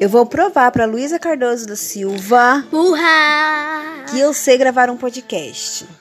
Eu vou provar para Luísa Cardoso da Silva Uhá! que eu sei gravar um podcast.